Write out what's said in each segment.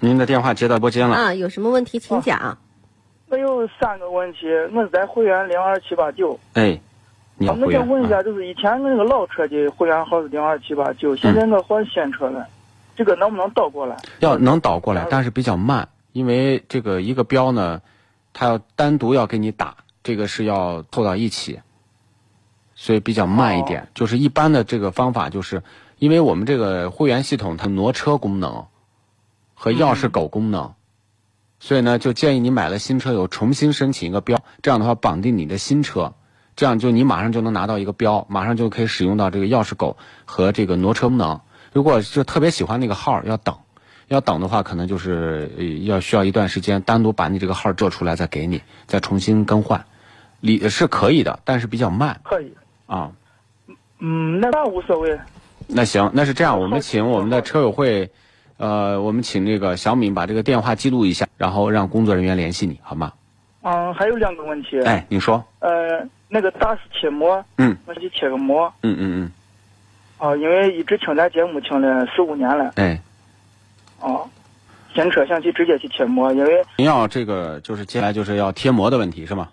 您的电话接到播间了。嗯啊，有什么问题请讲。我有三个问题，我是咱会员零二七八九，哎，你啊要我回来想问一啊下，就是以前那个老车的会员号是零二七八九，现在嗯我换新车了，这个能不能倒过来？要能倒过来，但是比较慢，因为这个一个标呢，它要单独要给你打，这个是要凑到一起，所以比较慢一点。就是一般的这个方法，就是因为我们这个会员系统它挪车功能和钥匙狗功能，所以呢，就建议你买了新车以后重新申请一个标，这样的话绑定你的新车。这样就你马上就能拿到一个标，马上就可以使用到这个钥匙狗和这个挪车功能。如果就特别喜欢那个号，要等，要等的话，可能就是呃要需要一段时间，单独把你这个号做出来再给你，再重新更换，理是可以的，但是比较慢可以，啊。嗯，那那无所谓。那行，那是这样，我好们请我们的车友会，呃，我们请这个小敏把这个电话记录一下，然后让工作人员联系你，好吗？嗯，还有两个问题，哎，你说，呃，那个大师贴膜，嗯我去贴个膜嗯嗯啊，因为一直听咱节目听了四五年了嗯，哎，啊，新车想去直接去贴膜，因为您要这个就是接下来就是要贴膜的问题是吗？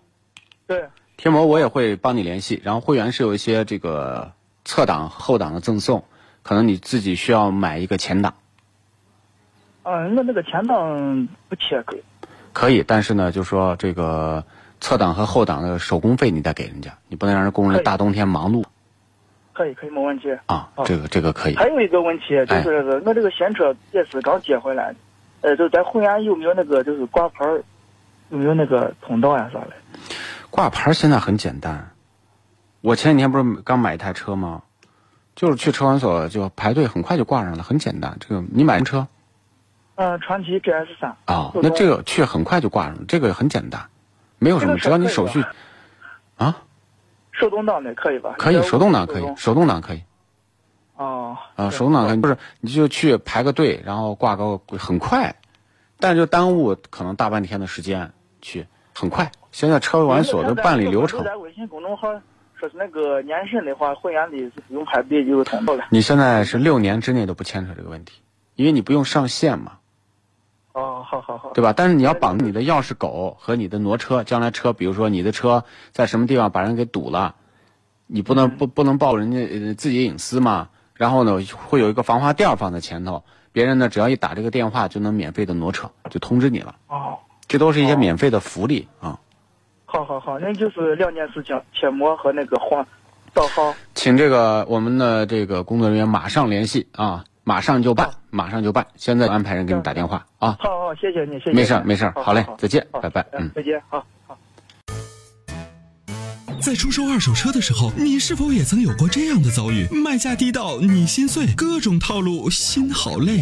对，贴膜我也会帮你联系，然后会员是有一些这个侧挡、后挡的赠送，可能你自己需要买一个前挡，嗯，我那个前挡不贴给，可以，但是呢，就说这个侧挡和后挡的手工费你得给人家，你不能让人工可人以大冬天忙碌可以可以，没问题。啊好，这个这个可以。还有一个问题就是，我这个新车也是刚接回来的，呃，就咱会员有没有那个就是挂牌儿，有没有那个通道呀啥的？挂牌现在很简单，我前几天不是刚买一台车吗？就是去车管所就排队，很快就挂上了，很简单。这个你买什么车嗯，传祺 GS 三。啊、就是那说这个去很快就挂上了，这个很简单，没有什这么，个是只要你可以手续吧啊。手动挡的可以吧？可以，手动挡可以手，动手动挡可以哦，啊，手动挡可以，不是你就去排个队，然后挂个很快，但是就耽误可能大半天的时间去，很快。现在车管所的办理流程，在微信公众号说是那个年审的话，会员的是不用排队就有通道了。你现在是六年之内都不牵扯这个问题，因为你不用上线嘛，哦，好好好。对吧？但是你要绑定你的钥匙狗和你的挪车，将来车，比如说你的车在什么地方把人给堵了，你不能不不能暴露人家呃自己隐私嘛。然后呢，会有一个防滑垫儿放在前头，别人呢只要一打这个电话就能免费的挪车，就通知你了。哦，这都是一些免费的福利啊、好好好，那就是两件事情，贴膜和那个换盗号。请这个我们的这个工作人员马上联系啊，马上就办，马上就办。现在安排人给你打电话啊。好好，谢谢你，谢谢你。没事儿没事儿好好嘞好再见好拜拜嗯再见，好。在出售二手车的时候，你是否也曾有过这样的遭遇？卖价低到你心碎，各种套路，心好累。